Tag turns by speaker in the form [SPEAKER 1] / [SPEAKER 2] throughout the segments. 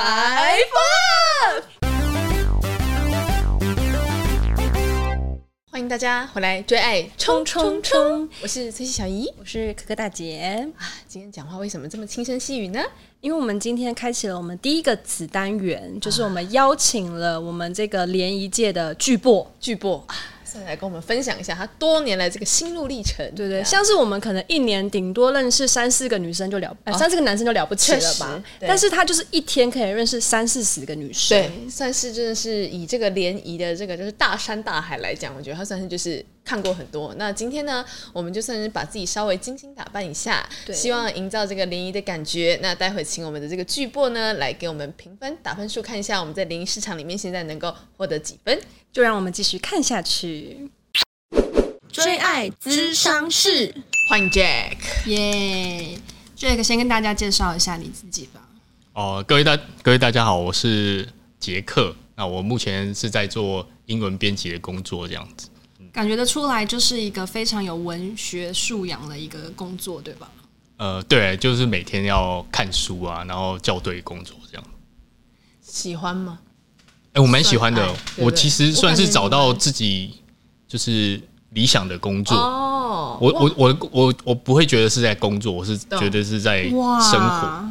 [SPEAKER 1] Five Up。欢迎大家回来追爱冲冲冲！我是崔西小姨。
[SPEAKER 2] 我是可可大姐，
[SPEAKER 1] 今天讲话为什么这么轻声细语呢？
[SPEAKER 2] 因为我们今天开启了我们第一个子单元，就是我
[SPEAKER 1] 啊
[SPEAKER 2] 们邀请了我们这个联谊界的巨擘，
[SPEAKER 1] 巨波啊，上来跟我们分享一下他多年来这个心路历程，
[SPEAKER 2] 对
[SPEAKER 1] 这
[SPEAKER 2] 不对？
[SPEAKER 1] 样
[SPEAKER 2] 像是我们可能一年顶多认识三四个女生就了，呃三四个男生就了不起了
[SPEAKER 1] 哦确实
[SPEAKER 2] 吧？
[SPEAKER 1] 对
[SPEAKER 2] 但是他就是一天可以认识三四十个女生，
[SPEAKER 1] 对，算是真的是以这个联谊的这个就是大山大海来讲，我觉得他算是就是看过很多。那今天呢，我们就算是把自己稍微精心打扮一下，
[SPEAKER 2] 对
[SPEAKER 1] 希望营造这个联谊的感觉。那待会请我们的这个巨擘呢来给我们评分打分数，看一下我们在联谊市场里面现在能够获得几分。
[SPEAKER 2] 就让我们继续看下去。
[SPEAKER 3] 追爱咨商室。
[SPEAKER 1] 欢迎 Jack，
[SPEAKER 2] 耶、这个先跟大家介绍一下你自己吧。
[SPEAKER 4] 哦，各位大各位大家好，我是杰克。那我目前是在做英文编辑的工作，这样子。
[SPEAKER 2] 感觉得出来，就是一个非常有文学素养的一个工作，对吧？
[SPEAKER 4] 呃，对，就是每天要看书啊，然后校对工作这样。
[SPEAKER 1] 喜欢吗？
[SPEAKER 4] 哎、我蛮喜欢的
[SPEAKER 1] 算爱对。不对
[SPEAKER 4] 我其实算是找
[SPEAKER 1] 我
[SPEAKER 4] 到
[SPEAKER 1] 感觉你蛮
[SPEAKER 4] 自己就是理想的工作。
[SPEAKER 1] 哦
[SPEAKER 4] 我我我我我不会觉得是在工作，我是觉得是在生活，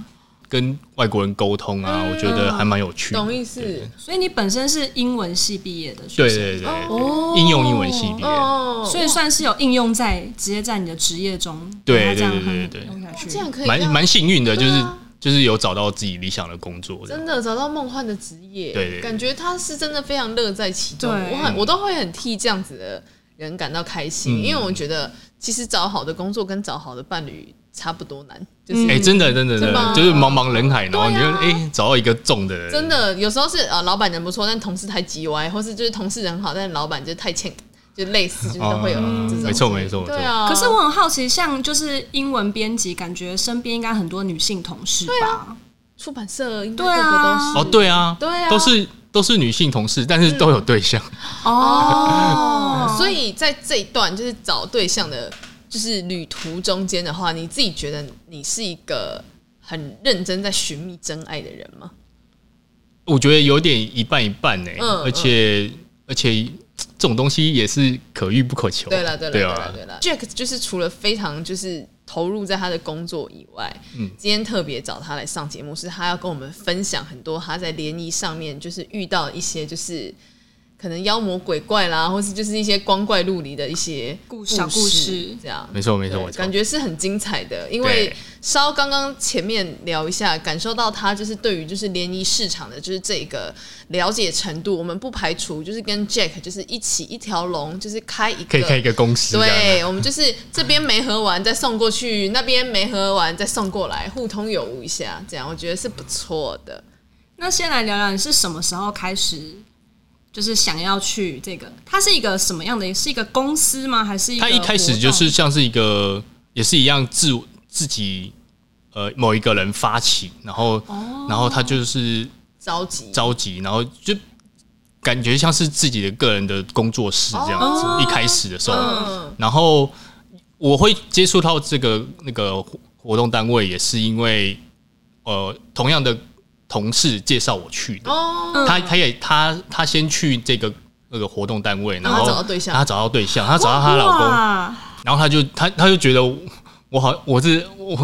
[SPEAKER 4] 跟外国人沟通啊，我觉得还蛮有趣的。
[SPEAKER 1] 懂意思
[SPEAKER 2] 所以你本身是英文系毕业的学
[SPEAKER 4] 对
[SPEAKER 2] 生，
[SPEAKER 4] 对对对，
[SPEAKER 2] 哦
[SPEAKER 4] 应用英文系毕业。
[SPEAKER 1] 哦，
[SPEAKER 2] 所以算是有应用在直接在你的职业中，
[SPEAKER 4] 对
[SPEAKER 2] 把它这样嗯
[SPEAKER 4] 对对对对
[SPEAKER 2] 用下去
[SPEAKER 1] 哦这。样可以
[SPEAKER 4] 蛮
[SPEAKER 1] 让
[SPEAKER 4] 蛮幸运的，就
[SPEAKER 1] 对
[SPEAKER 4] 是、
[SPEAKER 1] 啊
[SPEAKER 4] 就是有找到自己理想的工作这样，
[SPEAKER 1] 真的找到梦幻的职业，
[SPEAKER 4] 啊对对对
[SPEAKER 1] 感觉他是真的非常乐在其中。
[SPEAKER 2] 对
[SPEAKER 1] 我很我都会很替这样子的人感到开心，
[SPEAKER 4] 嗯
[SPEAKER 1] 因为我觉得其实找好的工作跟找好的伴侣差不多难，就是。
[SPEAKER 4] 哎、真的真的
[SPEAKER 1] 真的
[SPEAKER 4] 真
[SPEAKER 1] 吗
[SPEAKER 4] 的，就是茫茫人海，然后你就
[SPEAKER 1] 对啊
[SPEAKER 4] 哎、找到一个中的人，
[SPEAKER 1] 真的，有时候是呃，老板人不错，但同事太叽歪，或是就是同事人好，但老板就太欠，就类似，就是都会有这种。
[SPEAKER 4] 哦没错没错没错
[SPEAKER 1] 对啊。
[SPEAKER 2] 可是我很好奇，像就是英文编辑，感觉身边应该很多女性同事
[SPEAKER 1] 啊
[SPEAKER 2] 吧？
[SPEAKER 1] 出版社应该
[SPEAKER 2] 对
[SPEAKER 1] 个
[SPEAKER 2] 啊
[SPEAKER 1] 个都是
[SPEAKER 4] 哦，对啊，
[SPEAKER 1] 对啊嗯
[SPEAKER 4] 都是都是女性同事，但是都有对象，
[SPEAKER 2] 哦，
[SPEAKER 1] 所以在这一段就是找对象的，就是旅途中间的话，你自己觉得你是一个很认真在寻觅真爱的人吗？
[SPEAKER 4] 我觉得有点一半一半呢、
[SPEAKER 1] 嗯
[SPEAKER 4] 而且而且这种东西也是可遇不可求，
[SPEAKER 1] 对了，对了，对
[SPEAKER 4] 对
[SPEAKER 1] 了，
[SPEAKER 4] 啊
[SPEAKER 1] 对，了。Jack 就是除了非常就是投入在他的工作以外，
[SPEAKER 4] 嗯
[SPEAKER 1] 今天特别找他来上节目，是他要跟我们分享很多他在联谊上面就是遇到一些就是。可能妖魔鬼怪啦，或是就是一些光怪陆离的一些
[SPEAKER 2] 故小故事
[SPEAKER 1] 这样
[SPEAKER 4] 没错没
[SPEAKER 1] 对
[SPEAKER 4] 错没错
[SPEAKER 1] 感，觉是很精彩的，因为
[SPEAKER 4] 对
[SPEAKER 1] 稍刚刚前面聊一下，感受到他就是对于就是联谊市场的就是这个了解程度，我们不排除就是跟 Jack 就是一起一条龙，就是开一个
[SPEAKER 4] 可以开一个公司，啊
[SPEAKER 1] 对，我们就是这边没合完再送过去，那边没合完再送过来，互通有无一下，这样我觉得是不错的。
[SPEAKER 2] 那先来聊聊你是什么时候开始，就是想要去这个？它是一个什么样的？是一个公司吗？还是一个
[SPEAKER 4] 他一开
[SPEAKER 2] 活
[SPEAKER 4] 始
[SPEAKER 2] 动
[SPEAKER 4] 就是像是一个，也是一样自自己呃某一个人发起，然后、
[SPEAKER 1] 哦
[SPEAKER 4] 然后他就是
[SPEAKER 1] 着急，
[SPEAKER 4] 召集，然后就感觉像是自己的个人的工作室这样子。一开始的时候，
[SPEAKER 1] 哦嗯，
[SPEAKER 4] 然后我会接触到这个那个活活动单位，也是因为呃同样的同事介绍我去的。
[SPEAKER 1] 哦，
[SPEAKER 4] 他他也他他先去这个那个活动单位，然后
[SPEAKER 1] 他找到对象
[SPEAKER 4] 他找到对象，他找到她老公，
[SPEAKER 2] 哇
[SPEAKER 4] 然后他就他他就觉得我我好我是我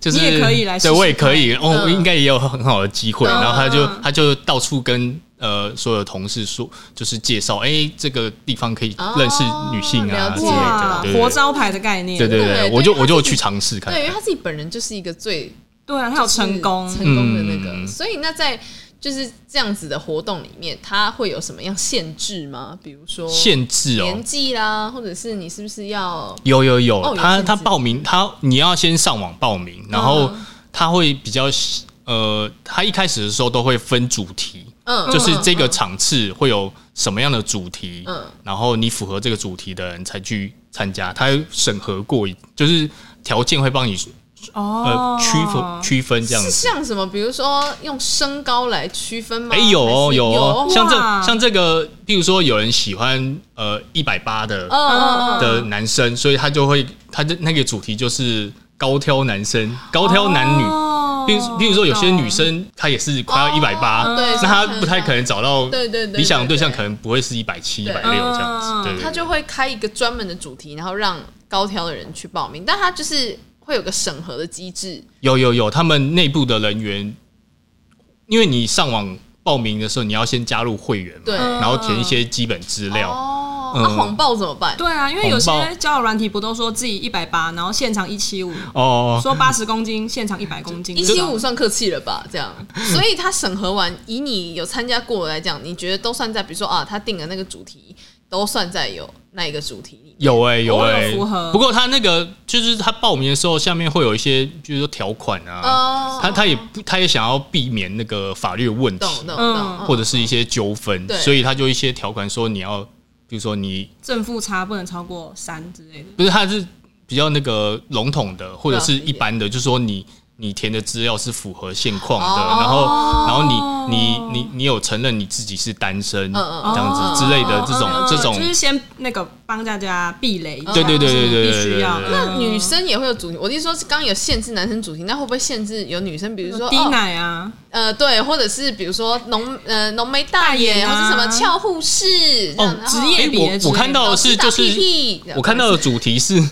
[SPEAKER 4] 就是
[SPEAKER 2] 你也可以来试试
[SPEAKER 4] 对我也可以，哦，
[SPEAKER 1] 嗯
[SPEAKER 4] 应该也有很好的机会。
[SPEAKER 1] 嗯
[SPEAKER 4] 然后他就他就到处跟呃所有同事说，就是介绍，哎，这个地方可以认识女性
[SPEAKER 1] 哦
[SPEAKER 4] 啊
[SPEAKER 1] 了
[SPEAKER 4] 之
[SPEAKER 1] 解
[SPEAKER 4] 类的
[SPEAKER 2] 哇，，
[SPEAKER 4] 对
[SPEAKER 2] 活
[SPEAKER 4] 对
[SPEAKER 2] 招牌的概念，
[SPEAKER 4] 对对
[SPEAKER 1] 对
[SPEAKER 4] 对，
[SPEAKER 1] 对
[SPEAKER 4] 我就
[SPEAKER 1] 因为他
[SPEAKER 4] 我
[SPEAKER 1] 自
[SPEAKER 4] 就
[SPEAKER 1] 己
[SPEAKER 4] 去尝试看
[SPEAKER 1] 对，因为
[SPEAKER 4] 看。
[SPEAKER 1] 他自己本人就是一个最
[SPEAKER 2] 对啊，他有成功，
[SPEAKER 1] 成功的那个。
[SPEAKER 4] 嗯
[SPEAKER 1] 所以那在就是这样子的活动里面，它会有什么样限制吗？比如说
[SPEAKER 4] 限制哦
[SPEAKER 1] 年，纪啦，或者是你是不是要
[SPEAKER 4] 有有
[SPEAKER 1] 哦有
[SPEAKER 4] 有，他
[SPEAKER 1] 限
[SPEAKER 4] 他
[SPEAKER 1] 制
[SPEAKER 4] 报名，他你要先上网报名，然后他会比较呃，他一开始的时候都会分主题，
[SPEAKER 1] 嗯，
[SPEAKER 4] 就是
[SPEAKER 1] 嗯
[SPEAKER 4] 这个场次会有什么样的主题，
[SPEAKER 1] 嗯
[SPEAKER 4] 然后你符合这个主题的人才去参加，他审核过，就是条件会帮你
[SPEAKER 2] 哦
[SPEAKER 4] 呃，区分区分这样
[SPEAKER 1] 是
[SPEAKER 4] 子。
[SPEAKER 1] 像什么？比如说用身高来区分吗？
[SPEAKER 4] 哎、有
[SPEAKER 1] 还
[SPEAKER 4] 哦
[SPEAKER 1] 是有
[SPEAKER 4] 哦，
[SPEAKER 1] 哦
[SPEAKER 4] 像这
[SPEAKER 2] 哇
[SPEAKER 4] 像这个，譬如说有人喜欢呃一百八的、
[SPEAKER 1] 嗯嗯嗯，
[SPEAKER 4] 的男生，所以他就会他的那个主题就是高挑男生、高挑男女，
[SPEAKER 2] 哦
[SPEAKER 4] 例如，例如说，有些女生她也是快要一百八，
[SPEAKER 1] 哦对
[SPEAKER 4] 那她不太可能找到
[SPEAKER 1] 啊对对对
[SPEAKER 4] 理想的对象，
[SPEAKER 1] 对对
[SPEAKER 4] 可能不会是一百七、一
[SPEAKER 1] 对啊
[SPEAKER 4] 百六这样
[SPEAKER 2] 嗯
[SPEAKER 4] 子。对，对对
[SPEAKER 1] 他就会开一个专门的主题，然后让高挑的人去报名，但他就是会有个审核的机制，
[SPEAKER 4] 有有有，他们内部的人员，因为你上网报名的时候，你要先加入会员嘛，
[SPEAKER 1] 对
[SPEAKER 4] 然后填一些基本资料。
[SPEAKER 1] 哦，
[SPEAKER 4] 嗯
[SPEAKER 1] 那谎报怎么办？
[SPEAKER 2] 对啊，因为有
[SPEAKER 4] 谎
[SPEAKER 2] 些
[SPEAKER 4] 报
[SPEAKER 2] 交友软体不都说自己一百八，然后现场一七五，
[SPEAKER 4] 哦，
[SPEAKER 2] 说八十公斤，现场一百公斤，
[SPEAKER 1] 一七五算客气了吧？这样， 所以他审核完，以你有参加过来讲，你觉得都算在，比如说啊，他定的那个主题都算在有那一个主题里面。
[SPEAKER 4] 有哎、有
[SPEAKER 2] 偶尔
[SPEAKER 1] 哦
[SPEAKER 4] 哎、
[SPEAKER 2] 符合
[SPEAKER 4] 不过他那个就是他报名的时候，下面会有一些，就是说条款啊，
[SPEAKER 1] 哦，
[SPEAKER 4] 他他也不他也想要避免那个法律的问题，
[SPEAKER 1] 懂懂哦
[SPEAKER 2] 嗯
[SPEAKER 1] 懂，
[SPEAKER 4] 或者是一些纠纷，
[SPEAKER 1] 对
[SPEAKER 4] 所以他就一些条款说你要，比如说你
[SPEAKER 2] 正负差不能超过三之类的。
[SPEAKER 4] 不是，它是比较那个笼统的，或者是一般的，就是说你你填的资料是符合现况的，
[SPEAKER 1] 哦
[SPEAKER 4] 然后然后你你你你有承认你自己是单身，
[SPEAKER 1] 嗯嗯嗯
[SPEAKER 4] 这样子之类的这种、
[SPEAKER 2] 嗯
[SPEAKER 4] 这种，哦
[SPEAKER 2] 就是先那个帮大家避雷一下，
[SPEAKER 4] 对对对对对对
[SPEAKER 2] 就是必须要。嗯
[SPEAKER 4] 对对
[SPEAKER 1] 那女生也会有主题，我的意思说，刚刚有限制男生主题，那会不会限制有女生，比如说
[SPEAKER 2] 低
[SPEAKER 1] 哦
[SPEAKER 2] 奶啊，
[SPEAKER 1] 呃，对，或者是比如说浓呃浓眉大眼，
[SPEAKER 2] 大眼啊
[SPEAKER 1] 或是什么俏护士这样
[SPEAKER 4] 哦
[SPEAKER 1] 然后
[SPEAKER 2] 职业
[SPEAKER 4] 诶
[SPEAKER 2] 别之
[SPEAKER 4] 我我看到的哦是
[SPEAKER 1] 老
[SPEAKER 4] 就
[SPEAKER 1] 师打屁
[SPEAKER 4] 是
[SPEAKER 1] 屁
[SPEAKER 4] 我看到的主题是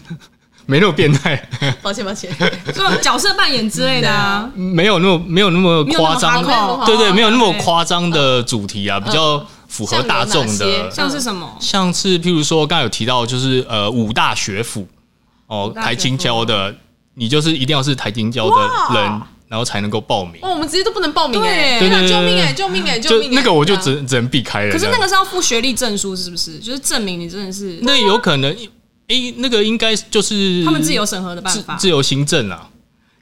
[SPEAKER 4] 没那么变态，
[SPEAKER 1] 抱歉抱 歉，
[SPEAKER 4] 哦
[SPEAKER 2] 这种角色扮演之类的 啊，
[SPEAKER 4] 没有那么没有那么夸
[SPEAKER 2] 没
[SPEAKER 4] 张，
[SPEAKER 2] 有那么 hardcore
[SPEAKER 4] 对对，没有那么
[SPEAKER 2] 对
[SPEAKER 4] 夸张的主题啊，比较符合大众
[SPEAKER 1] 像有哪
[SPEAKER 4] 的
[SPEAKER 1] 些，
[SPEAKER 2] 像是什么？
[SPEAKER 4] 像是譬如说，刚才有提到，就是呃五大学府哦，
[SPEAKER 2] 大学府
[SPEAKER 4] 台青交的，你就是一定要是台青交的人，然后才能够报名。
[SPEAKER 2] 哦
[SPEAKER 1] 哇，我们直接都不能报名哎、
[SPEAKER 2] 对啊
[SPEAKER 1] 天哪
[SPEAKER 4] 对对对
[SPEAKER 1] 救命哎、
[SPEAKER 2] 欸
[SPEAKER 1] 救命哎、救
[SPEAKER 4] 就
[SPEAKER 1] 命、哎
[SPEAKER 4] 那个我就
[SPEAKER 1] 这样
[SPEAKER 4] 只只能避开了。
[SPEAKER 2] 可是那
[SPEAKER 4] 这
[SPEAKER 2] 个
[SPEAKER 4] 样
[SPEAKER 2] 是要附学历证书，是不是？就是证明你真的是
[SPEAKER 4] 那有可能，诶，那个应该就是
[SPEAKER 2] 他们自由审核的办
[SPEAKER 4] 自
[SPEAKER 2] 法。
[SPEAKER 4] 自由行政啊，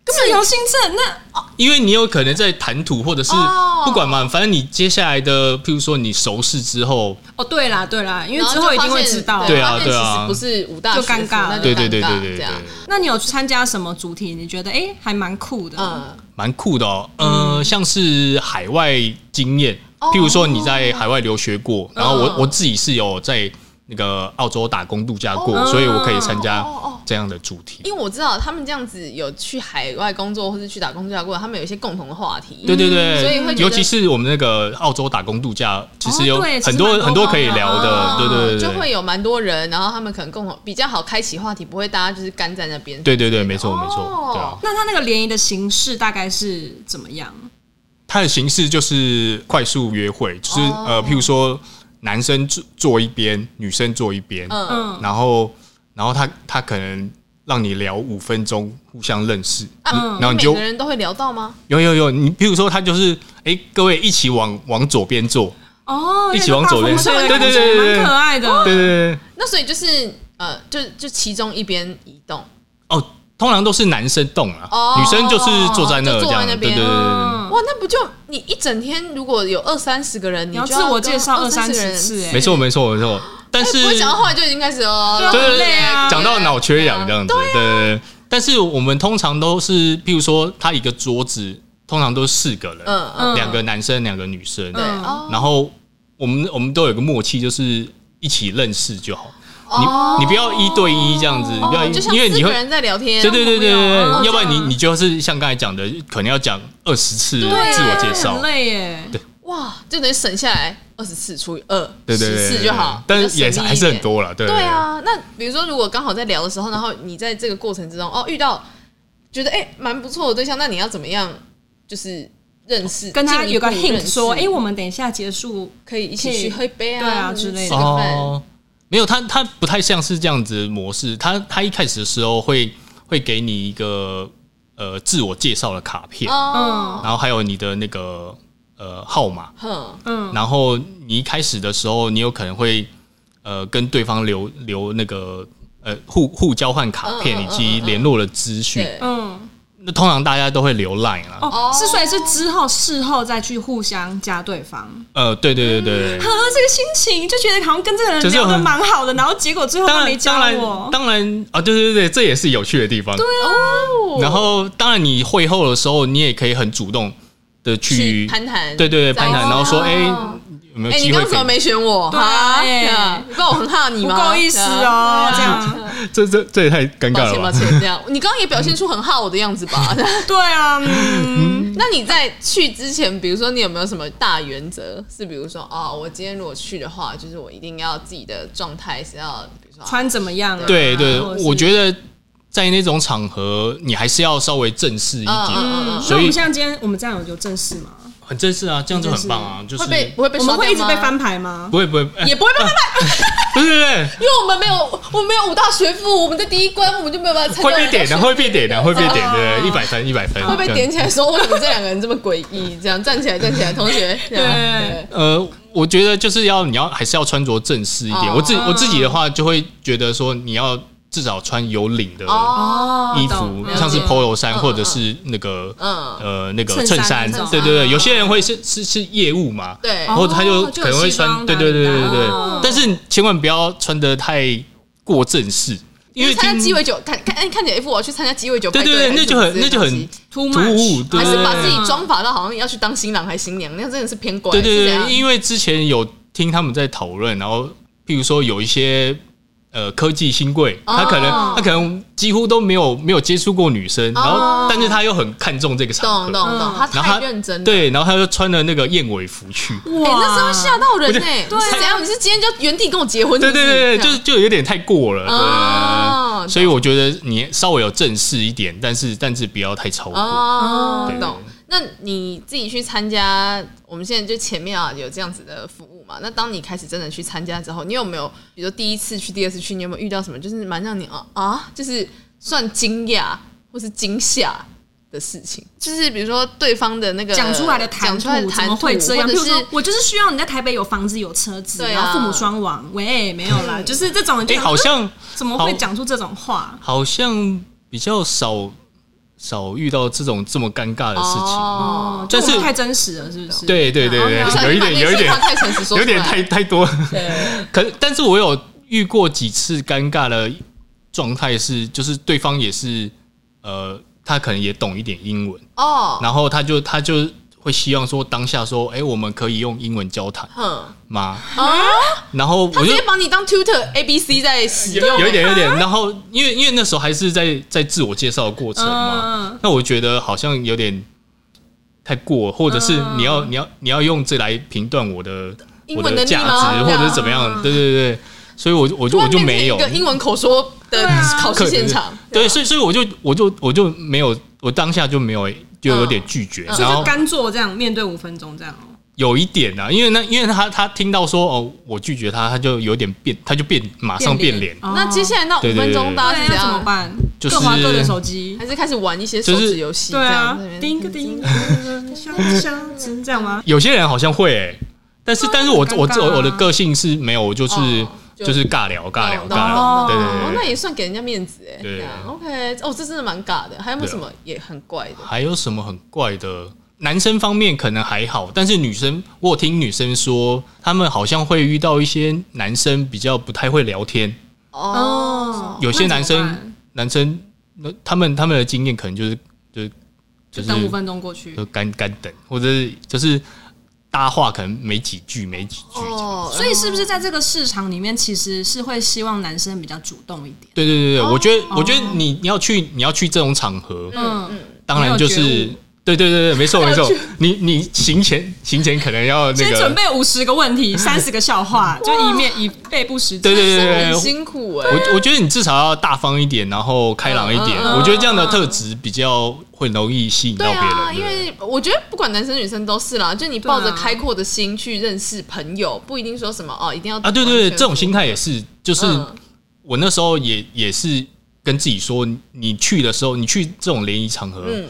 [SPEAKER 2] 自由新政，那
[SPEAKER 4] 因为你有可能在谈吐或者是
[SPEAKER 1] 哦
[SPEAKER 4] 不管嘛，反正你接下来的，譬如说你熟识之后，
[SPEAKER 2] 哦对啦对啦，因为
[SPEAKER 1] 然后
[SPEAKER 2] 之
[SPEAKER 1] 就
[SPEAKER 2] 后一
[SPEAKER 1] 发
[SPEAKER 2] 定会
[SPEAKER 1] 现
[SPEAKER 2] 知道。
[SPEAKER 4] 对啊
[SPEAKER 1] 发现
[SPEAKER 4] 对啊
[SPEAKER 1] 其实不是五大
[SPEAKER 2] 就
[SPEAKER 1] 学府
[SPEAKER 2] 尴尬了
[SPEAKER 1] 那就
[SPEAKER 4] 对对对
[SPEAKER 1] 尴尬
[SPEAKER 4] 对对
[SPEAKER 1] 这
[SPEAKER 4] 对
[SPEAKER 1] 样，，
[SPEAKER 2] 那你有去参加什么主题？你觉得哎、诶还蛮酷的？
[SPEAKER 1] 嗯，
[SPEAKER 4] 蛮酷的哦。呃，像是海外经验，
[SPEAKER 1] 哦嗯
[SPEAKER 4] 譬如说你在海外留学过，然后我我自己是有在那个澳洲打工度假过，
[SPEAKER 1] 哦
[SPEAKER 4] 所以我可以参加
[SPEAKER 1] 哦哦哦
[SPEAKER 4] 这样的主题。
[SPEAKER 1] 因为我知道他们这样子有去海外工作或是去打工度假过，他们有一些共同的话题，
[SPEAKER 4] 对对
[SPEAKER 1] 嗯所以会
[SPEAKER 4] 对，
[SPEAKER 1] 觉得
[SPEAKER 4] 尤其是我们那个澳洲打工度假，其实有
[SPEAKER 2] 哦对
[SPEAKER 4] 很多
[SPEAKER 2] 其实蛮多
[SPEAKER 4] 很多可以聊
[SPEAKER 1] 哦
[SPEAKER 4] 的，对对对
[SPEAKER 1] 就
[SPEAKER 4] 对
[SPEAKER 1] 会有蛮多人，然后他们可能共同比较好开启话题，不会大家就是干在那边。
[SPEAKER 4] 对对对，没错没
[SPEAKER 1] 哦
[SPEAKER 4] 错，对啊。
[SPEAKER 2] 那他那个联谊的形式大概是怎么样？
[SPEAKER 4] 它的形式就是快速约会，就是
[SPEAKER 1] 哦
[SPEAKER 4] 呃，譬如说男生坐坐一边，女生坐一边，
[SPEAKER 1] 嗯，
[SPEAKER 2] 嗯，
[SPEAKER 4] 然后然后他他可能让你聊五分钟，互相认识，嗯
[SPEAKER 1] 啊，
[SPEAKER 4] 然后你就
[SPEAKER 1] 每个人都会聊到吗？
[SPEAKER 4] 有有有，你譬如说他就是哎，各位一起往往左边坐，
[SPEAKER 2] 哦，
[SPEAKER 4] 一起往左边
[SPEAKER 2] 有点
[SPEAKER 4] 对对
[SPEAKER 2] 大风
[SPEAKER 4] 对
[SPEAKER 2] 吹的感觉
[SPEAKER 4] 对对
[SPEAKER 2] 蛮可爱
[SPEAKER 1] 哦
[SPEAKER 2] 的。
[SPEAKER 4] 对对对，对
[SPEAKER 1] 那所以就是呃，就就其中一边移动，
[SPEAKER 4] 哦，通常都是男生动啊，
[SPEAKER 1] 哦
[SPEAKER 4] 女生就是坐在那
[SPEAKER 1] 就
[SPEAKER 4] 这
[SPEAKER 1] 坐在
[SPEAKER 4] 样，
[SPEAKER 1] 那
[SPEAKER 4] 对对
[SPEAKER 1] 边哦
[SPEAKER 4] 对对对。
[SPEAKER 2] 嗯
[SPEAKER 1] 哇，那不就你一整天如果有二三十个人，
[SPEAKER 2] 你
[SPEAKER 1] 就
[SPEAKER 2] 要
[SPEAKER 1] 要
[SPEAKER 2] 自我介绍
[SPEAKER 1] 跟
[SPEAKER 2] 二三
[SPEAKER 1] 个
[SPEAKER 2] 十
[SPEAKER 1] 人哎
[SPEAKER 2] 次，哎，
[SPEAKER 4] 没错，没错，没错。但是
[SPEAKER 1] 不会讲到后来就已经开始哦，
[SPEAKER 2] 对
[SPEAKER 4] 对
[SPEAKER 2] 很累啊
[SPEAKER 4] 讲到脑缺氧这样子，
[SPEAKER 1] 啊
[SPEAKER 4] 对对对。但是我们通常都是，譬如说，他一个桌子通常都是四个人，
[SPEAKER 1] 嗯嗯，
[SPEAKER 4] 两个男生，两个女生，
[SPEAKER 1] 对，
[SPEAKER 2] 嗯
[SPEAKER 1] 哦
[SPEAKER 4] 然后我们我们都有个默契，就是一起认识就好。
[SPEAKER 1] 哦
[SPEAKER 4] 你你不要一对一这样子，你不要
[SPEAKER 1] 哦
[SPEAKER 4] 一
[SPEAKER 1] 就像
[SPEAKER 4] 因为
[SPEAKER 1] 四
[SPEAKER 4] 你
[SPEAKER 1] 个
[SPEAKER 4] 会
[SPEAKER 1] 人在聊天，
[SPEAKER 4] 对对对对对
[SPEAKER 1] 哦
[SPEAKER 4] 对，要不然
[SPEAKER 1] 这
[SPEAKER 4] 你
[SPEAKER 1] 样
[SPEAKER 4] 你就是像刚才讲的，可能要讲二十次自
[SPEAKER 2] 对啊
[SPEAKER 4] 我介绍
[SPEAKER 2] 很，累耶。
[SPEAKER 1] 哇，就等于省下来二十次除以二，
[SPEAKER 4] 对对
[SPEAKER 1] 十
[SPEAKER 4] 对，
[SPEAKER 1] 次就好，
[SPEAKER 4] 但
[SPEAKER 1] 比
[SPEAKER 4] 是
[SPEAKER 1] 较
[SPEAKER 4] 也是
[SPEAKER 1] 省力
[SPEAKER 4] 还
[SPEAKER 1] 一
[SPEAKER 4] 是很
[SPEAKER 1] 点。
[SPEAKER 4] 多了，对
[SPEAKER 1] 对。啊，那比如说，如果刚好在聊的时候，然后你在这个过程之中，哦，遇到觉得哎蛮、不错的对象，那你要怎么样，就是认识，
[SPEAKER 2] 跟他
[SPEAKER 1] 进一步
[SPEAKER 2] 有个
[SPEAKER 1] 认
[SPEAKER 2] hint
[SPEAKER 1] 识
[SPEAKER 2] 说，哎，我们等一下结束，
[SPEAKER 1] 可以一起去喝一杯啊，
[SPEAKER 2] 对啊
[SPEAKER 1] 或者
[SPEAKER 2] 之类
[SPEAKER 1] 吃
[SPEAKER 2] 的
[SPEAKER 1] 个饭，
[SPEAKER 4] 哦，没有，他他不太像是这样子的模式，他他一开始的时候会会给你一个呃自我介绍的卡片，
[SPEAKER 2] 嗯
[SPEAKER 1] 哦，
[SPEAKER 4] 然后还有你的那个呃号码，
[SPEAKER 1] 哼，
[SPEAKER 2] 嗯，
[SPEAKER 4] 然后你一开始的时候，你有可能会呃跟对方留留那个呃互互交换卡
[SPEAKER 1] 嗯
[SPEAKER 4] 片
[SPEAKER 1] 嗯
[SPEAKER 4] 以及联络的资讯。
[SPEAKER 1] 对，
[SPEAKER 2] 嗯，
[SPEAKER 4] 那通常大家都会留 Line 啦，
[SPEAKER 2] 哦，是所以是之后事后再去互相加对方，啊，
[SPEAKER 4] 呃，对对对对对。
[SPEAKER 2] 这个心情就觉得好像跟这个人
[SPEAKER 4] 就是
[SPEAKER 2] 聊
[SPEAKER 4] 很
[SPEAKER 2] 得蛮好的，然后结果最后
[SPEAKER 4] 当
[SPEAKER 2] 他没
[SPEAKER 4] 然，
[SPEAKER 2] 教
[SPEAKER 4] 当然，
[SPEAKER 2] 我，
[SPEAKER 4] 当然啊，对对对，这也是有趣的地方。对嗯
[SPEAKER 1] 哦
[SPEAKER 4] 然后，当然你会后的时候，你也可以很主动的
[SPEAKER 1] 去
[SPEAKER 4] 去，
[SPEAKER 1] 攀谈，
[SPEAKER 4] 对对对，
[SPEAKER 1] 在一
[SPEAKER 4] 攀
[SPEAKER 1] 起
[SPEAKER 4] 谈，然后说，哎、
[SPEAKER 2] 哦
[SPEAKER 4] 有没有
[SPEAKER 1] 哎，你
[SPEAKER 4] 机
[SPEAKER 1] 刚
[SPEAKER 4] 会
[SPEAKER 1] 刚怎么
[SPEAKER 4] 可以？
[SPEAKER 1] 没选我？
[SPEAKER 2] 对啊
[SPEAKER 1] 哈
[SPEAKER 2] 哎
[SPEAKER 1] 对啊你不知道我很怕你
[SPEAKER 2] 不
[SPEAKER 1] 吗？
[SPEAKER 2] 够意思
[SPEAKER 1] 对啊
[SPEAKER 2] 哦，这样
[SPEAKER 4] 这这这也太尴尬
[SPEAKER 1] 抱
[SPEAKER 4] 了
[SPEAKER 1] 歉抱
[SPEAKER 4] 吧？
[SPEAKER 1] 歉，这样你刚刚也表现出很好我的样子吧？
[SPEAKER 2] 对啊，嗯，
[SPEAKER 1] 那你在去之前，比如说你有没有什么大原则？是比如说啊、我今天如果去的话，就是我一定要自己的状态是要，比如说
[SPEAKER 2] 穿怎么样啊？
[SPEAKER 4] 对对，
[SPEAKER 1] 哦
[SPEAKER 2] 或者是
[SPEAKER 4] 我觉得在那种场合，你还是要稍微正式
[SPEAKER 1] 嗯
[SPEAKER 4] 一
[SPEAKER 1] 嗯
[SPEAKER 4] 点，
[SPEAKER 1] 嗯
[SPEAKER 2] 嗯，
[SPEAKER 1] 嗯，
[SPEAKER 2] 那
[SPEAKER 4] 所
[SPEAKER 2] 我
[SPEAKER 4] 以
[SPEAKER 2] 们像今天我们这样有有正式吗？
[SPEAKER 4] 很正式啊，这样就很棒啊，就是
[SPEAKER 1] 会被不会被
[SPEAKER 2] 我们
[SPEAKER 1] 刷掉
[SPEAKER 2] 会一直被
[SPEAKER 1] 吗
[SPEAKER 2] 翻牌吗？
[SPEAKER 4] 不 会不会，哎
[SPEAKER 1] 也不会被翻牌，
[SPEAKER 4] 不是不是
[SPEAKER 1] 因为我们没有我们没有五大学府，我们在第一关我们就没有办法参加。
[SPEAKER 4] 会被点的，会被点的，会被点
[SPEAKER 2] 啊
[SPEAKER 4] 的，一百分一百分，
[SPEAKER 1] 哦会被
[SPEAKER 4] 这样
[SPEAKER 1] 点起来说为什么这两个人这么诡异？这样站起来站起来，同学，这样对
[SPEAKER 4] 呃，我觉得就是要你要还是要穿着正式一点。
[SPEAKER 1] 哦
[SPEAKER 4] 我自我自己的话，就会觉得说你要至少穿有领的
[SPEAKER 1] 哦，
[SPEAKER 2] 哦
[SPEAKER 4] 衣
[SPEAKER 2] 懂
[SPEAKER 4] 服，
[SPEAKER 2] 了解
[SPEAKER 4] 像是 polo 衫
[SPEAKER 1] 嗯
[SPEAKER 4] 或者是那个
[SPEAKER 1] 嗯
[SPEAKER 4] 呃那个
[SPEAKER 2] 衬
[SPEAKER 4] 衬
[SPEAKER 2] 衫
[SPEAKER 4] 衫
[SPEAKER 2] 衬。衫
[SPEAKER 4] 对对对，有些人会是是是业务嘛，
[SPEAKER 1] 对
[SPEAKER 4] 然，后他就
[SPEAKER 2] 哦就有
[SPEAKER 4] 可能会
[SPEAKER 2] 西装
[SPEAKER 4] 穿，对
[SPEAKER 2] 打
[SPEAKER 4] 对对
[SPEAKER 2] 领
[SPEAKER 4] 对
[SPEAKER 2] 带
[SPEAKER 4] 对
[SPEAKER 2] 哦。
[SPEAKER 4] 但是千万不要穿的太过正式，因为
[SPEAKER 1] 参加
[SPEAKER 4] 听
[SPEAKER 1] 鸡尾酒，看看哎看起来一副我要去参加鸡尾酒派
[SPEAKER 4] 对
[SPEAKER 1] 对，
[SPEAKER 4] 对对，
[SPEAKER 1] 还
[SPEAKER 4] 那
[SPEAKER 1] 是
[SPEAKER 4] 就
[SPEAKER 1] 什么
[SPEAKER 4] 很
[SPEAKER 1] 之类的
[SPEAKER 4] 那就
[SPEAKER 1] 东
[SPEAKER 4] 很
[SPEAKER 1] 西
[SPEAKER 2] too
[SPEAKER 4] 突
[SPEAKER 2] much
[SPEAKER 4] 兀，对
[SPEAKER 1] 还
[SPEAKER 4] 对
[SPEAKER 1] 是把
[SPEAKER 4] 对
[SPEAKER 1] 自己装法到好像要去当新郎还新娘，那样真的是偏怪。
[SPEAKER 4] 对对
[SPEAKER 1] 是这样
[SPEAKER 4] 对，因为之前有听他们在讨论，然后譬如说有一些呃科技新贵，
[SPEAKER 1] 哦
[SPEAKER 4] 他可能、他可能几乎都没有没有接触过女生，然后、
[SPEAKER 1] 哦
[SPEAKER 4] 但是他又很看重这个场合，
[SPEAKER 1] 懂懂懂，
[SPEAKER 2] 嗯
[SPEAKER 1] 他
[SPEAKER 4] 然后
[SPEAKER 1] 太
[SPEAKER 4] 他
[SPEAKER 1] 认真了。
[SPEAKER 4] 对，然后他就穿了那个燕尾服去。
[SPEAKER 1] 哎、那时候吓到人
[SPEAKER 4] 我觉
[SPEAKER 1] 呢、
[SPEAKER 4] 得啊
[SPEAKER 1] 你是怎样？你是今天就原地跟我结婚
[SPEAKER 4] 对
[SPEAKER 1] 是不
[SPEAKER 4] 对
[SPEAKER 1] 是？
[SPEAKER 4] 对对，
[SPEAKER 1] 这
[SPEAKER 4] 就
[SPEAKER 1] 样
[SPEAKER 4] 是就有点太过了，对啊
[SPEAKER 1] 哦懂
[SPEAKER 4] 所以我觉得你稍微有正式一点，但是但是不要太超过。
[SPEAKER 1] 哦
[SPEAKER 4] 对，
[SPEAKER 1] 懂。那你自己去参加，我们现在就前面啊有这样子的服务嘛？那当你开始真的去参加之后，你有没有，比如说第一次去、第二次去，你有没有遇到什么就是蛮让你啊啊，就是算惊讶或是惊吓的事情？就是比如说对方的那个
[SPEAKER 2] 讲出来的
[SPEAKER 1] 讲
[SPEAKER 2] 谈吐
[SPEAKER 1] 出来的
[SPEAKER 2] 怎
[SPEAKER 1] 谈
[SPEAKER 2] 么会这样？
[SPEAKER 1] 或
[SPEAKER 2] 譬
[SPEAKER 1] 者
[SPEAKER 2] 如
[SPEAKER 1] 是
[SPEAKER 2] 说，我就是需要你在台北有房子有车子，
[SPEAKER 1] 对啊嗯
[SPEAKER 2] 然后父母双亡，喂，没有啦，就是这种。
[SPEAKER 4] 哎、
[SPEAKER 2] 就
[SPEAKER 4] 好像
[SPEAKER 2] 怎么会讲出这种话？
[SPEAKER 4] 好像比较少少遇到这种这么尴尬的事情。
[SPEAKER 1] 哦
[SPEAKER 2] 哦，
[SPEAKER 4] 但是
[SPEAKER 2] 就我们太真实了，是不是？，
[SPEAKER 4] 对对对对，
[SPEAKER 1] 不小
[SPEAKER 4] 有
[SPEAKER 1] 心
[SPEAKER 4] 一
[SPEAKER 1] 把
[SPEAKER 4] 点
[SPEAKER 1] 那
[SPEAKER 4] 有一
[SPEAKER 1] 句
[SPEAKER 4] 点
[SPEAKER 1] 话太诚实说出来
[SPEAKER 4] 有点太太多。
[SPEAKER 1] 对
[SPEAKER 4] 可但是我有遇过几次尴尬的状态是，就是对方也是呃，他可能也懂一点英文，
[SPEAKER 1] 哦，
[SPEAKER 4] 然后他就他就会希望说当下说，哎、我们可以用英文交谈
[SPEAKER 1] 哼。
[SPEAKER 4] 吗？
[SPEAKER 1] 啊！
[SPEAKER 4] 然后
[SPEAKER 1] 他
[SPEAKER 4] 我
[SPEAKER 1] 直
[SPEAKER 4] 就
[SPEAKER 1] 接把你当 tutor A B C 在使用，
[SPEAKER 4] 有一点有一点，然后因为因为那时候还是在在自我介绍的过程嘛，
[SPEAKER 2] 嗯
[SPEAKER 4] 那我觉得好像有点太过，或者是你要、你要你要用这来评断我的
[SPEAKER 1] 嗯英
[SPEAKER 4] 我
[SPEAKER 1] 文能
[SPEAKER 4] 的
[SPEAKER 1] 力
[SPEAKER 4] 价
[SPEAKER 1] 吗
[SPEAKER 4] 值，或
[SPEAKER 1] 对啊
[SPEAKER 4] 者是怎么样？对对对，所以我就我就
[SPEAKER 1] 突
[SPEAKER 4] 我
[SPEAKER 1] 然
[SPEAKER 4] 就
[SPEAKER 1] 变成
[SPEAKER 4] 没有
[SPEAKER 1] 一个英文口说的考试现场，
[SPEAKER 4] 对，所以所以我就我就我就没有，我当下就没有就有点拒绝，
[SPEAKER 1] 嗯
[SPEAKER 2] 所
[SPEAKER 4] 然
[SPEAKER 2] 以
[SPEAKER 4] 后
[SPEAKER 2] 就干坐这样面对五分钟这样哦。
[SPEAKER 4] 有一点啊，因为那因为他他听到说哦我拒绝他，他就有点变，他就变马上变脸，
[SPEAKER 2] 哦
[SPEAKER 1] 那接下来那
[SPEAKER 4] 对
[SPEAKER 1] 五
[SPEAKER 4] 对
[SPEAKER 1] 分
[SPEAKER 4] 对
[SPEAKER 1] 钟大家是
[SPEAKER 2] 对
[SPEAKER 1] 怎
[SPEAKER 2] 要怎么
[SPEAKER 1] 样？
[SPEAKER 2] 办？
[SPEAKER 4] 就是
[SPEAKER 2] 各划各的手机。
[SPEAKER 1] 还是开始玩一些手指游戏？
[SPEAKER 2] 对啊
[SPEAKER 1] 这样，
[SPEAKER 2] 叮个叮，小小子这样吗？
[SPEAKER 4] 有些人好像会、欸，但是、但是我
[SPEAKER 2] 很尴
[SPEAKER 4] 我
[SPEAKER 2] 尬啊
[SPEAKER 4] 我我的个性是没有，我就是、
[SPEAKER 1] 哦就
[SPEAKER 4] 就是尬聊尬聊
[SPEAKER 1] 懂懂
[SPEAKER 4] 尬聊，
[SPEAKER 1] 懂
[SPEAKER 4] 对
[SPEAKER 1] 懂
[SPEAKER 4] 对
[SPEAKER 1] 哦
[SPEAKER 4] 对，
[SPEAKER 1] 那也算给人家面子哎。
[SPEAKER 4] 嗯对啊
[SPEAKER 1] 这样 OK，哦，这真的蛮尬的。还有没有
[SPEAKER 4] 对啊
[SPEAKER 1] 什么也很怪的？
[SPEAKER 4] 还有什么很怪的？男生方面可能还好，但是女生，我有听女生说，他们好像会遇到一些男生比较不太会聊天，
[SPEAKER 1] 哦，
[SPEAKER 4] 有些
[SPEAKER 2] 那
[SPEAKER 4] 男
[SPEAKER 2] 怎么办
[SPEAKER 4] 生男生那他们他们的经验可能就是就是
[SPEAKER 2] 就
[SPEAKER 4] 就
[SPEAKER 2] 是等五分钟过去。
[SPEAKER 4] 就干干等，或者是就是搭话可能没几句没几句这样。
[SPEAKER 1] 哦，
[SPEAKER 2] 所以是不是在这个市场里面，其实是会希望男生比较主动一点？
[SPEAKER 4] 对对对对，我觉
[SPEAKER 1] 哦
[SPEAKER 4] 得我觉得你你要去你要去这种场合，
[SPEAKER 2] 嗯，
[SPEAKER 4] 当然就是
[SPEAKER 2] 没有觉
[SPEAKER 4] 对对对对，没错没错，你你行前行前可能要那
[SPEAKER 2] 先准
[SPEAKER 4] 个，
[SPEAKER 2] 备五十个问题，三十个笑话，就以免以备不时之
[SPEAKER 4] 对对
[SPEAKER 1] 真的
[SPEAKER 4] 对
[SPEAKER 1] 很
[SPEAKER 4] 对，
[SPEAKER 1] 辛苦哎。
[SPEAKER 4] 我我觉得你至少要大方一点，然后开朗一点，
[SPEAKER 1] 嗯嗯嗯
[SPEAKER 4] 我觉得这样的特质比较会容易吸引
[SPEAKER 1] 对
[SPEAKER 4] 到别人。
[SPEAKER 1] 啊，
[SPEAKER 4] 对
[SPEAKER 1] 因
[SPEAKER 4] 不对
[SPEAKER 1] 为我觉得不管男生女生都是啦，就你抱着
[SPEAKER 2] 对啊
[SPEAKER 1] 开阔的心去认识朋友，不一定说什么哦，一定要
[SPEAKER 4] 啊，对对
[SPEAKER 1] 完
[SPEAKER 4] 对，
[SPEAKER 1] 全
[SPEAKER 4] 这种心态也是，就是
[SPEAKER 1] 嗯
[SPEAKER 4] 我那时候也也是跟自己说，你去的时候，你去这种联谊场合，
[SPEAKER 1] 嗯，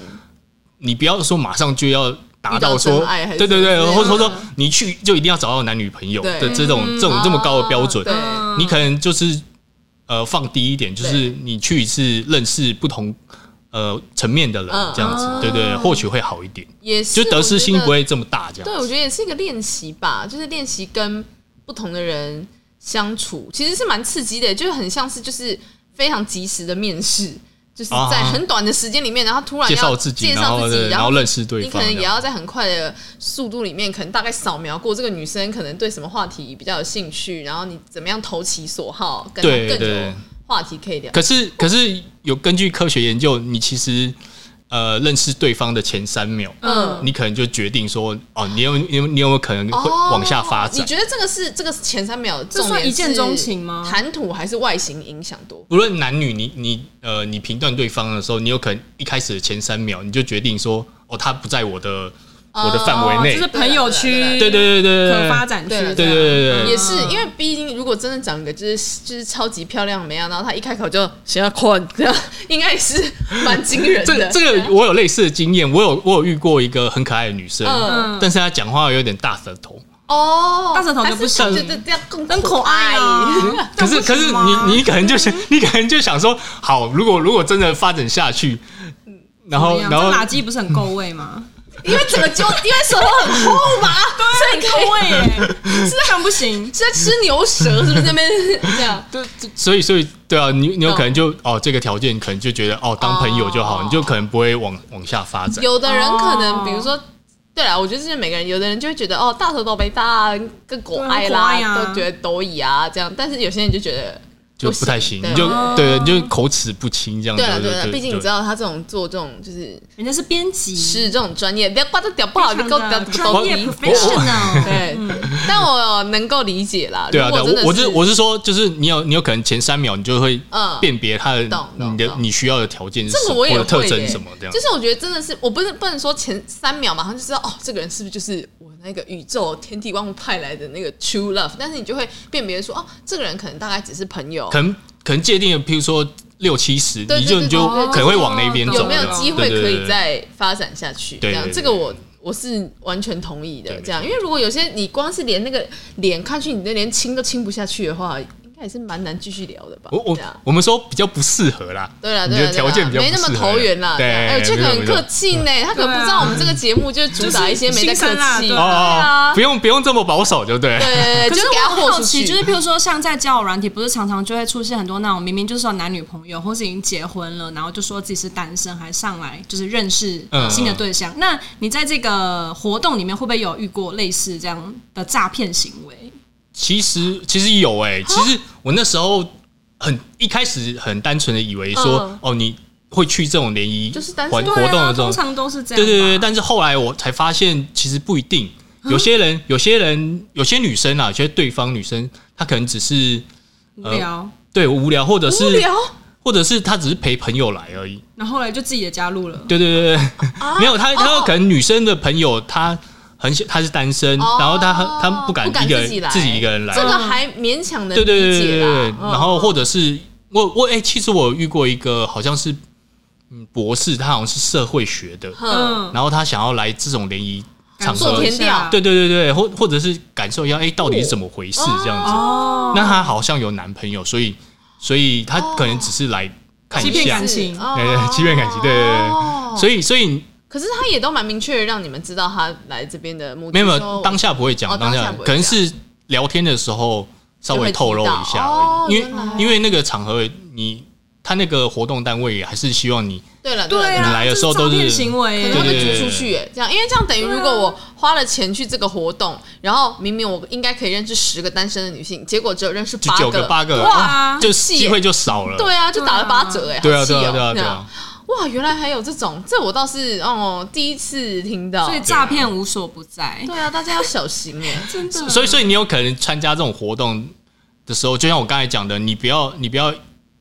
[SPEAKER 4] 你不要说马上就要达到
[SPEAKER 1] 遇到
[SPEAKER 4] 说
[SPEAKER 1] 真爱还，是
[SPEAKER 4] 对对对
[SPEAKER 1] 什么之类，的
[SPEAKER 4] 或者说说你去就一定要找到男女朋友
[SPEAKER 1] 对嗯哦
[SPEAKER 4] 的这种这种这么高的标准
[SPEAKER 1] 对，
[SPEAKER 4] 你可能就是呃放低一点，就是
[SPEAKER 1] 对
[SPEAKER 4] 你去一次认识不同呃层面的人
[SPEAKER 1] 嗯，
[SPEAKER 4] 这样子，对对，或许会好一点，
[SPEAKER 1] 也是
[SPEAKER 4] 就得失心不
[SPEAKER 1] 我觉得
[SPEAKER 4] 会这么大，这
[SPEAKER 1] 对，
[SPEAKER 4] 样
[SPEAKER 1] 我觉得也是一个练习吧，就是练习跟不同的人相处，其实是蛮刺激的，就是很像是就是非常及时的面试，就是
[SPEAKER 4] 啊
[SPEAKER 1] 在很短的时间里面，然后突然
[SPEAKER 4] 介
[SPEAKER 1] 要
[SPEAKER 4] 绍自己，
[SPEAKER 1] 介
[SPEAKER 4] 然
[SPEAKER 1] 绍
[SPEAKER 4] 后
[SPEAKER 1] 自己，
[SPEAKER 4] 对然后认识对
[SPEAKER 1] 你可
[SPEAKER 4] 方，
[SPEAKER 1] 能
[SPEAKER 4] 这
[SPEAKER 1] 也
[SPEAKER 4] 样。
[SPEAKER 1] 要在很快的速度里面，可能大概扫描过这个女生可能对什么话题比较有兴趣，然后你怎么样投其所好，跟她
[SPEAKER 4] 对
[SPEAKER 1] 更有
[SPEAKER 4] 对
[SPEAKER 1] 话题可以聊。
[SPEAKER 4] 可是可是有根据科学研究，你其实呃认识对方的前三秒，
[SPEAKER 1] 嗯
[SPEAKER 4] 你可能就决定说哦，你有你有你有没有可能会往下发
[SPEAKER 1] 哦你
[SPEAKER 4] 展？
[SPEAKER 1] 觉得这个是这个是前三秒的重点
[SPEAKER 2] 这算一见
[SPEAKER 1] 是
[SPEAKER 2] 钟情吗
[SPEAKER 1] 谈吐还是外形影响多？
[SPEAKER 4] 无论男女，你你呃，你评断对方的时候，你有可能一开始的前三秒你就决定说哦，他不在我的我的范围
[SPEAKER 2] 哦，
[SPEAKER 4] 内
[SPEAKER 2] 就是。朋友区，
[SPEAKER 4] 对对对对对，对
[SPEAKER 2] 可发展区，
[SPEAKER 1] 对了
[SPEAKER 4] 对对对对对
[SPEAKER 1] 也是因为毕竟如果真的长个就是就是超级漂亮的妹啊，然后她一开口就 想要困，这样应该也是蛮惊人
[SPEAKER 4] 这
[SPEAKER 1] 的。
[SPEAKER 4] 这个我有类似的经验，我有我有遇过一个很可爱的女生，
[SPEAKER 1] 嗯
[SPEAKER 2] 嗯，
[SPEAKER 4] 但是她讲话有点大舌头。
[SPEAKER 1] 哦，
[SPEAKER 2] 大舌头就不行
[SPEAKER 1] 还是对对，这样更
[SPEAKER 2] 很可爱啊。
[SPEAKER 4] 可是可是你你可能 就想你可能就想说，好，如果如果真的发展下去，然后哦然后
[SPEAKER 2] 这垃圾不是很够味 吗？
[SPEAKER 1] 因为整个就因为舌头很厚 嘛，所以你可以
[SPEAKER 2] 味耶， 是这样不行。
[SPEAKER 1] 是在吃牛舌，是不是那边这样？
[SPEAKER 4] 对，这所以所以对啊，你你有可能就哦这个条件，可能就觉得哦当朋友就好，
[SPEAKER 1] 哦
[SPEAKER 4] 你就可能不会往往下发 展。
[SPEAKER 1] 有的人可能，
[SPEAKER 2] 哦
[SPEAKER 1] 比如说，对啦，我觉得这是每个人，有的人就会觉得哦，大舌头没大跟狗爱
[SPEAKER 2] 对啊狗
[SPEAKER 1] 啦，
[SPEAKER 2] 爱啊
[SPEAKER 1] 都觉得都以啊这样，但是有些人就觉得
[SPEAKER 4] 就不太行，
[SPEAKER 1] 对哦
[SPEAKER 4] 你就对，你就口齿不清这样。
[SPEAKER 1] 对了啊
[SPEAKER 4] 对
[SPEAKER 1] 对了，毕竟你知
[SPEAKER 4] 道，
[SPEAKER 1] 道他这种做这种就是
[SPEAKER 2] 人家是编辑，
[SPEAKER 1] 是这种专业，不要挂这屌不好
[SPEAKER 2] 非
[SPEAKER 1] 就
[SPEAKER 2] 常
[SPEAKER 1] 给我屌
[SPEAKER 2] 的
[SPEAKER 1] 不好
[SPEAKER 2] 啊专业嗯
[SPEAKER 1] 你
[SPEAKER 2] professional。
[SPEAKER 1] 对，但我能够理解啦。
[SPEAKER 4] 对啊，
[SPEAKER 1] 如
[SPEAKER 4] 对
[SPEAKER 1] 果
[SPEAKER 4] 啊，
[SPEAKER 1] 真的
[SPEAKER 4] 我我是我是说，就是你有你有可能前三秒你就会
[SPEAKER 1] 嗯
[SPEAKER 4] 辨别他的
[SPEAKER 1] 懂懂
[SPEAKER 4] 你的
[SPEAKER 1] 懂
[SPEAKER 4] 你需要的条件是
[SPEAKER 1] 这
[SPEAKER 4] 什
[SPEAKER 1] 个
[SPEAKER 4] 么，
[SPEAKER 1] 我
[SPEAKER 4] 或
[SPEAKER 1] 也
[SPEAKER 4] 者
[SPEAKER 1] 会
[SPEAKER 4] 特
[SPEAKER 1] 耶
[SPEAKER 4] 征什么这样
[SPEAKER 1] 就。是我觉得真的是，我不是不能说前三秒马上就知道哦，这个人是不是就是我那个宇宙天地万物派来的那个 true love，但是你就会辨别说哦，这个人可能大概只是朋友，
[SPEAKER 4] 可能可能界定的，譬如说六七十，
[SPEAKER 1] 对
[SPEAKER 4] 你就
[SPEAKER 1] 对
[SPEAKER 4] 你就
[SPEAKER 1] 对对
[SPEAKER 4] 可能会往那边走，
[SPEAKER 1] 有没有
[SPEAKER 4] 这样
[SPEAKER 1] 机会
[SPEAKER 4] 对对
[SPEAKER 1] 可
[SPEAKER 4] 对
[SPEAKER 1] 以再发展下去？
[SPEAKER 4] 对对
[SPEAKER 1] 这样
[SPEAKER 4] 对
[SPEAKER 1] 这个我我是完全同意
[SPEAKER 4] 对
[SPEAKER 1] 的。
[SPEAKER 4] 没
[SPEAKER 1] 这样，
[SPEAKER 4] 错
[SPEAKER 1] 因为如果有些你光是连那个脸看去，你的连亲都亲不下去的话，应该也是蛮难继续聊的吧？
[SPEAKER 4] 我我
[SPEAKER 1] 这样
[SPEAKER 4] 我们说比较不适合啦，
[SPEAKER 1] 对啦，
[SPEAKER 4] 你
[SPEAKER 1] 对
[SPEAKER 4] 的
[SPEAKER 1] 啦，
[SPEAKER 4] 条件比较
[SPEAKER 1] 没那么
[SPEAKER 4] 不适合
[SPEAKER 1] 投缘啦。
[SPEAKER 4] 对，
[SPEAKER 1] 哎呦，这
[SPEAKER 4] 没
[SPEAKER 1] 个
[SPEAKER 4] 错
[SPEAKER 1] 很客。气呢，他可能不知道我们这个节目就是主打一些没在客
[SPEAKER 2] 就是新生啦
[SPEAKER 1] 气
[SPEAKER 2] 对
[SPEAKER 4] 没错哦哦
[SPEAKER 1] 啊，
[SPEAKER 4] 哦，不用不用这么保守，就对。
[SPEAKER 1] 对，
[SPEAKER 2] 可
[SPEAKER 1] 就是是给
[SPEAKER 2] 我
[SPEAKER 1] 他
[SPEAKER 2] 很
[SPEAKER 1] 豁
[SPEAKER 2] 好
[SPEAKER 1] 出
[SPEAKER 2] 奇，
[SPEAKER 1] 去，
[SPEAKER 2] 就是譬如说，像在交友软体，不是常常就会出现很多那种明明就是有男女朋友，或是已经结婚了，然后就说自己是单身，还上来就是认识
[SPEAKER 4] 嗯
[SPEAKER 2] 新的对象。那你在这个活动里面，会不会有遇过类似这样的诈骗行为？
[SPEAKER 4] 其实其实有哎、
[SPEAKER 1] 啊
[SPEAKER 4] 其实我那时候很一开始很单纯的以为说，
[SPEAKER 1] 嗯
[SPEAKER 4] 哦，你会去这种联谊
[SPEAKER 1] 就是单身
[SPEAKER 4] 活活
[SPEAKER 2] 对
[SPEAKER 4] 动
[SPEAKER 2] 啊，
[SPEAKER 4] 的这
[SPEAKER 2] 通
[SPEAKER 4] 种，
[SPEAKER 2] 常都是这样吧。
[SPEAKER 4] 对对对。但是后来我才发现，其实不一定。
[SPEAKER 1] 啊
[SPEAKER 4] 有些人，有些人，有些女生啊，有些对方女生，她可能只是
[SPEAKER 2] 无聊。
[SPEAKER 4] 对无聊，或者是
[SPEAKER 1] 无聊，
[SPEAKER 4] 或者是她只是陪朋友来而已。
[SPEAKER 2] 然后后来就自己也加入了，
[SPEAKER 4] 对对对对， 没有她，她
[SPEAKER 1] 哦
[SPEAKER 4] 可能女生的朋友，她很喜她是单身，
[SPEAKER 1] 哦
[SPEAKER 4] 然后她很她不敢
[SPEAKER 1] 不敢
[SPEAKER 4] 一个
[SPEAKER 1] 自己来
[SPEAKER 4] 人自己一个人来
[SPEAKER 1] 这，个还勉强的
[SPEAKER 4] 对对对对对对，
[SPEAKER 1] 然
[SPEAKER 4] 然后或者是我我哎、其实我有遇过一个好像是嗯博士，他好像是社会学的，
[SPEAKER 1] 嗯，
[SPEAKER 2] 嗯，
[SPEAKER 4] 然后他想要来这种联谊场
[SPEAKER 2] 感受
[SPEAKER 1] 做
[SPEAKER 4] 合
[SPEAKER 2] 一，
[SPEAKER 1] 填调
[SPEAKER 2] 下
[SPEAKER 4] 对对对对，或或者是感受一下哎、到底是怎么回事这样子。
[SPEAKER 2] 哦，
[SPEAKER 4] 那她好像有男朋友，所以所以她可能只是来看
[SPEAKER 2] 欺
[SPEAKER 4] 一
[SPEAKER 2] 骗
[SPEAKER 4] 下
[SPEAKER 2] 感，情
[SPEAKER 1] 哦
[SPEAKER 4] 对对对欺骗感情，对对对对，所以所以
[SPEAKER 1] 可是他也都蛮明确的让你们知道他来这边的目的，
[SPEAKER 4] 没有没
[SPEAKER 1] 说
[SPEAKER 4] 有
[SPEAKER 1] 我
[SPEAKER 4] 当下不会讲，
[SPEAKER 1] 哦当
[SPEAKER 4] 当
[SPEAKER 1] 下
[SPEAKER 4] 下
[SPEAKER 1] 不会
[SPEAKER 4] 可能是聊天的时候稍微透露一下而已，
[SPEAKER 1] 就会
[SPEAKER 4] 因
[SPEAKER 1] 提到哦
[SPEAKER 4] 为因为那个场合你他那个活动单位还是希望你
[SPEAKER 1] 对了
[SPEAKER 2] 对
[SPEAKER 1] 了，
[SPEAKER 2] 啊，
[SPEAKER 4] 你来的时候都是
[SPEAKER 2] 这诈骗行为
[SPEAKER 1] 可
[SPEAKER 2] 耶，
[SPEAKER 1] 能他
[SPEAKER 4] 对
[SPEAKER 1] 被
[SPEAKER 4] 对对
[SPEAKER 1] 逐出去耶，这样，因为这样等于如果我花了钱去这个活动，然后明明我应该可以认识十个单身的女性，结果只有认识
[SPEAKER 4] 就
[SPEAKER 1] 八
[SPEAKER 4] 九个八个，
[SPEAKER 2] 哇
[SPEAKER 4] 就
[SPEAKER 1] 气耶
[SPEAKER 4] 机会就少了，
[SPEAKER 1] 对啊，就打了八折哎，
[SPEAKER 4] 对啊
[SPEAKER 1] 好气
[SPEAKER 4] 对
[SPEAKER 1] 哦
[SPEAKER 4] 啊对啊
[SPEAKER 1] 这
[SPEAKER 4] 对
[SPEAKER 1] 样
[SPEAKER 4] 啊，
[SPEAKER 1] 哇，原来还有这种，这我倒是哦第一次听到
[SPEAKER 2] 所，以诈骗无所不在，
[SPEAKER 1] 对啊，大家要小心哎，
[SPEAKER 2] 真的
[SPEAKER 4] 所以所以你有可能参加这种活动的时候，就像我刚才讲的，你不要你不要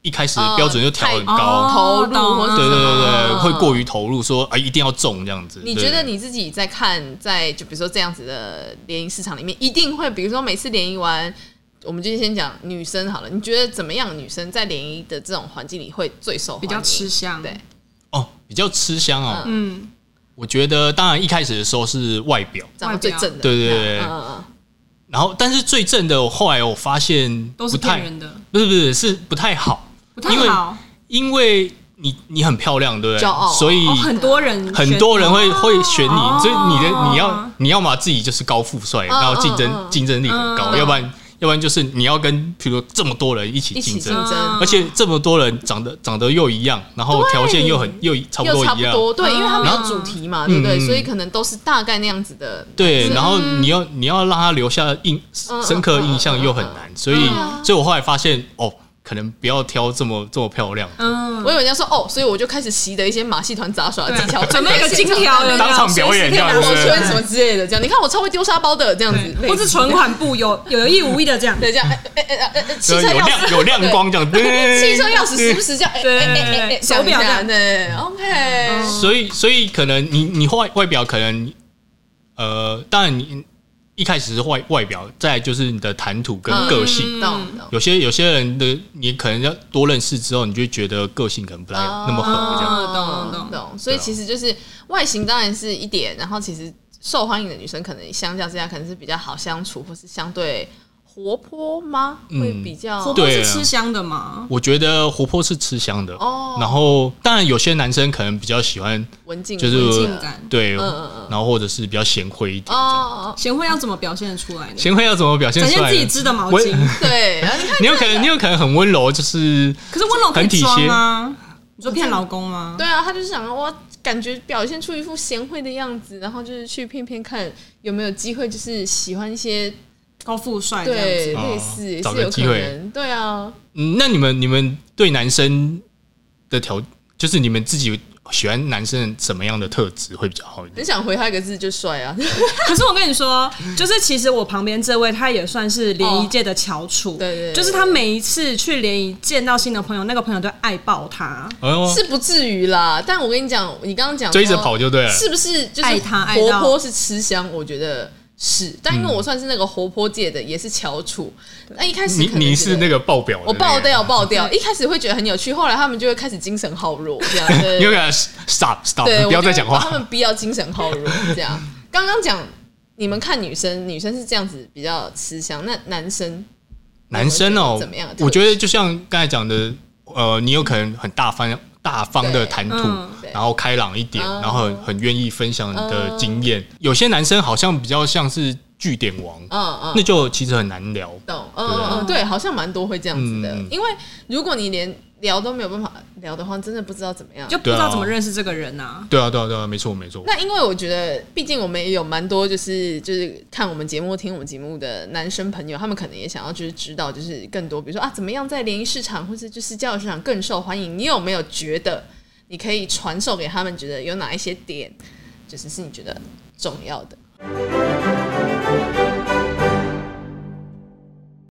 [SPEAKER 4] 一开始的标准就调很
[SPEAKER 2] 哦
[SPEAKER 4] 高，
[SPEAKER 1] 投入或
[SPEAKER 2] 懂
[SPEAKER 1] 者
[SPEAKER 4] 对对对
[SPEAKER 1] 什
[SPEAKER 4] 对，
[SPEAKER 1] 么
[SPEAKER 4] 会过于投入，说啊一定要中这样子。
[SPEAKER 1] 你
[SPEAKER 4] 对
[SPEAKER 1] 觉得你自己在看，在就比如说这样子的联谊市场里面，一定会，比如说每次联谊完，我们就先讲女生好了。你觉得怎么样？女生在联谊的这种环境里会最受欢迎
[SPEAKER 2] 比较吃香，
[SPEAKER 1] 对，
[SPEAKER 4] 哦比较吃香哦？
[SPEAKER 2] 嗯，
[SPEAKER 4] 我觉得当然一开始的时候是外表，
[SPEAKER 1] 长得最正的，
[SPEAKER 4] 对对对
[SPEAKER 1] 嗯嗯嗯
[SPEAKER 4] 然后但是最正的，我后来我发现
[SPEAKER 2] 都是
[SPEAKER 4] 不
[SPEAKER 2] 骗
[SPEAKER 4] 太
[SPEAKER 2] 人的，
[SPEAKER 4] 不是不是是不太好，
[SPEAKER 2] 不太
[SPEAKER 4] 因为
[SPEAKER 2] 好，
[SPEAKER 4] 因为你你很漂亮，对不
[SPEAKER 1] 骄傲
[SPEAKER 4] 对？所以
[SPEAKER 2] 哦，很多人
[SPEAKER 4] 很多人会会选你
[SPEAKER 2] 哦，
[SPEAKER 4] 所以你的你要你要么自己就是高富帅，然后竞
[SPEAKER 1] 嗯嗯
[SPEAKER 4] 争竞争力很高，
[SPEAKER 2] 嗯
[SPEAKER 4] 要不然要不然就是你要跟比如说这么多人一起
[SPEAKER 1] 一起
[SPEAKER 4] 竞
[SPEAKER 1] 竞
[SPEAKER 4] 争，
[SPEAKER 1] 争
[SPEAKER 2] 嗯。
[SPEAKER 4] 而且这么多人长得长得又一样，然后条件又很又差不
[SPEAKER 1] 嗯又
[SPEAKER 4] 多
[SPEAKER 1] 差
[SPEAKER 4] 一
[SPEAKER 1] 不
[SPEAKER 4] 样，
[SPEAKER 1] 多，对，因为他们
[SPEAKER 2] 然
[SPEAKER 1] 有
[SPEAKER 2] 后
[SPEAKER 1] 主题嘛，对不对？
[SPEAKER 4] 嗯嗯
[SPEAKER 1] 所以可能都是大概那样子的。
[SPEAKER 4] 对，然后你要你要让他留下印
[SPEAKER 1] 嗯
[SPEAKER 4] 深刻印象又很难，所以所以我后来发现哦，可能不要挑这么这么漂亮，
[SPEAKER 2] 嗯，
[SPEAKER 1] 我以为人家说哦，所以我就开始习得一些马戏团杂耍的技巧，
[SPEAKER 2] 准备一个金条有没有，
[SPEAKER 4] 当场表演这样
[SPEAKER 1] 打
[SPEAKER 4] 子
[SPEAKER 1] 火圈什么之类的，这样你看我超会丢沙包的，这样子，类似
[SPEAKER 2] 或是存款簿有有意无意的这样。
[SPEAKER 1] 对这样，哎哎哎哎哎，汽
[SPEAKER 4] 对啊
[SPEAKER 1] 车
[SPEAKER 4] 有
[SPEAKER 1] 钥
[SPEAKER 4] 亮
[SPEAKER 1] 匙
[SPEAKER 4] 有亮光这样，
[SPEAKER 1] 对
[SPEAKER 4] 对
[SPEAKER 1] 汽车钥匙时不时这样，哎
[SPEAKER 2] 对
[SPEAKER 1] 哎哎哎哎，
[SPEAKER 2] 手表这样
[SPEAKER 1] 的，OK，
[SPEAKER 4] 所以，所以可能你你外外表可能，呃，当然你一开始是外外表，再来就是你的谈吐跟
[SPEAKER 1] 嗯
[SPEAKER 4] 个性。
[SPEAKER 1] 懂懂，
[SPEAKER 4] 有些有些人的你可能要多认识之后，你就觉得个性可能不太那么合这样。
[SPEAKER 2] 哦懂懂
[SPEAKER 1] 嗯懂。所以其实就是外形当然是一点，然后其实受欢迎的女生可能相较之下可能是比较好相处，或是相对活泼吗？
[SPEAKER 4] 嗯
[SPEAKER 1] 会比较
[SPEAKER 2] 火锅
[SPEAKER 4] 对
[SPEAKER 2] 是
[SPEAKER 4] 啊
[SPEAKER 2] 吃香的嘛？
[SPEAKER 4] 我觉得活泼是吃香的，
[SPEAKER 1] 哦
[SPEAKER 4] 然后当然有些男生可能比较喜欢
[SPEAKER 1] 文静，
[SPEAKER 4] 就是
[SPEAKER 1] 文
[SPEAKER 2] 文
[SPEAKER 1] 静
[SPEAKER 2] 静感
[SPEAKER 4] 对，啊
[SPEAKER 1] 嗯嗯
[SPEAKER 4] 然后或者是比较贤惠一点。
[SPEAKER 1] 哦哦，哦
[SPEAKER 2] 贤惠要怎么表现得出来呢？
[SPEAKER 4] 贤惠要怎么表现
[SPEAKER 2] 展
[SPEAKER 4] 出
[SPEAKER 2] 现
[SPEAKER 4] 来
[SPEAKER 2] 自己
[SPEAKER 4] 呢？
[SPEAKER 2] 织的毛
[SPEAKER 4] 我
[SPEAKER 2] 巾，
[SPEAKER 1] 对，然后你看
[SPEAKER 4] 你有可能你有可能很温柔，就是
[SPEAKER 2] 可是温柔可以
[SPEAKER 4] 很体
[SPEAKER 2] 装
[SPEAKER 4] 贴
[SPEAKER 2] 啊。你说骗老公吗？
[SPEAKER 1] 对啊，他就是想我感觉表现出一副贤惠的样子，然后就是去骗骗看有没有机会，就是喜欢一些
[SPEAKER 2] 高富帅这样
[SPEAKER 1] 对
[SPEAKER 2] 子，
[SPEAKER 4] 哦
[SPEAKER 1] 类似也
[SPEAKER 4] 找
[SPEAKER 1] 是
[SPEAKER 4] 个
[SPEAKER 1] 有可
[SPEAKER 4] 机会
[SPEAKER 1] 能，对啊，
[SPEAKER 4] 嗯，那你们你们对男生的条，就是你们自己喜欢男生什么样的特质会比较好一
[SPEAKER 1] 很
[SPEAKER 4] 点？
[SPEAKER 1] 想回他一个字就帅啊，
[SPEAKER 2] 可是我跟你说，就是其实我旁边这位，他也算是联谊界的翘楚、
[SPEAKER 1] 哦对对对
[SPEAKER 2] 就是他每一次去联谊见到新的朋友，那个朋友都爱爆他，
[SPEAKER 4] 哎呦，
[SPEAKER 1] 是不至于啦。但我跟你讲，你刚刚讲说
[SPEAKER 4] 追着跑就对了。
[SPEAKER 1] 是不是就是
[SPEAKER 2] 爱他爱
[SPEAKER 1] 活
[SPEAKER 2] 到
[SPEAKER 1] 泼是吃香？我觉得是，但因
[SPEAKER 4] 嗯
[SPEAKER 1] 为我算是那个活泼界的，也是翘楚。那一开始
[SPEAKER 4] 你
[SPEAKER 1] 可能
[SPEAKER 4] 你
[SPEAKER 1] 觉得
[SPEAKER 4] 是那个爆表的那
[SPEAKER 1] 我
[SPEAKER 4] 个人，
[SPEAKER 1] 爆掉爆
[SPEAKER 2] 嗯
[SPEAKER 1] 掉，一开始会觉得很有趣，后来他们就会开始精神耗弱 这样。对对
[SPEAKER 4] 你有可能 stop stop，
[SPEAKER 1] 对，
[SPEAKER 4] 不要
[SPEAKER 1] 我就
[SPEAKER 4] 再讲
[SPEAKER 1] 把他
[SPEAKER 4] 话。
[SPEAKER 1] 们逼到精神耗弱这样。刚刚讲你们看女生，女生是这样子比较吃香，那男生
[SPEAKER 4] 男生
[SPEAKER 1] 你们觉得
[SPEAKER 4] 哦
[SPEAKER 1] 怎么样的特，质
[SPEAKER 4] 我觉得就像刚才讲的，呃，你有可能很大方大方的谈吐
[SPEAKER 2] 对嗯，
[SPEAKER 1] 对
[SPEAKER 4] 然后开朗一点，
[SPEAKER 1] 嗯
[SPEAKER 4] 然后很很愿意分享你的
[SPEAKER 1] 嗯
[SPEAKER 4] 经验。有些男生好像比较像是据点王，
[SPEAKER 1] 嗯嗯
[SPEAKER 4] 那就其实很难聊。
[SPEAKER 1] 懂，嗯嗯嗯，对，好像蛮多会这样子的，
[SPEAKER 4] 啊嗯嗯
[SPEAKER 1] 因为如果你连聊都没有办法聊的话，真的不知道怎么样
[SPEAKER 2] 就。不知道怎么认识这个人啊。
[SPEAKER 4] 对啊，对啊，对啊，没错，没错。
[SPEAKER 1] 那因为我觉得，毕竟我们也有蛮多就是就是看我们节目、听我们节目的男生朋友，他们可能也想要就是知道就是更多，比如说啊，怎么样在联谊市场或是就是交友市场更受欢迎？你有没有觉得你可以传授给他们，觉得有哪一些点，就是是你觉得重要的？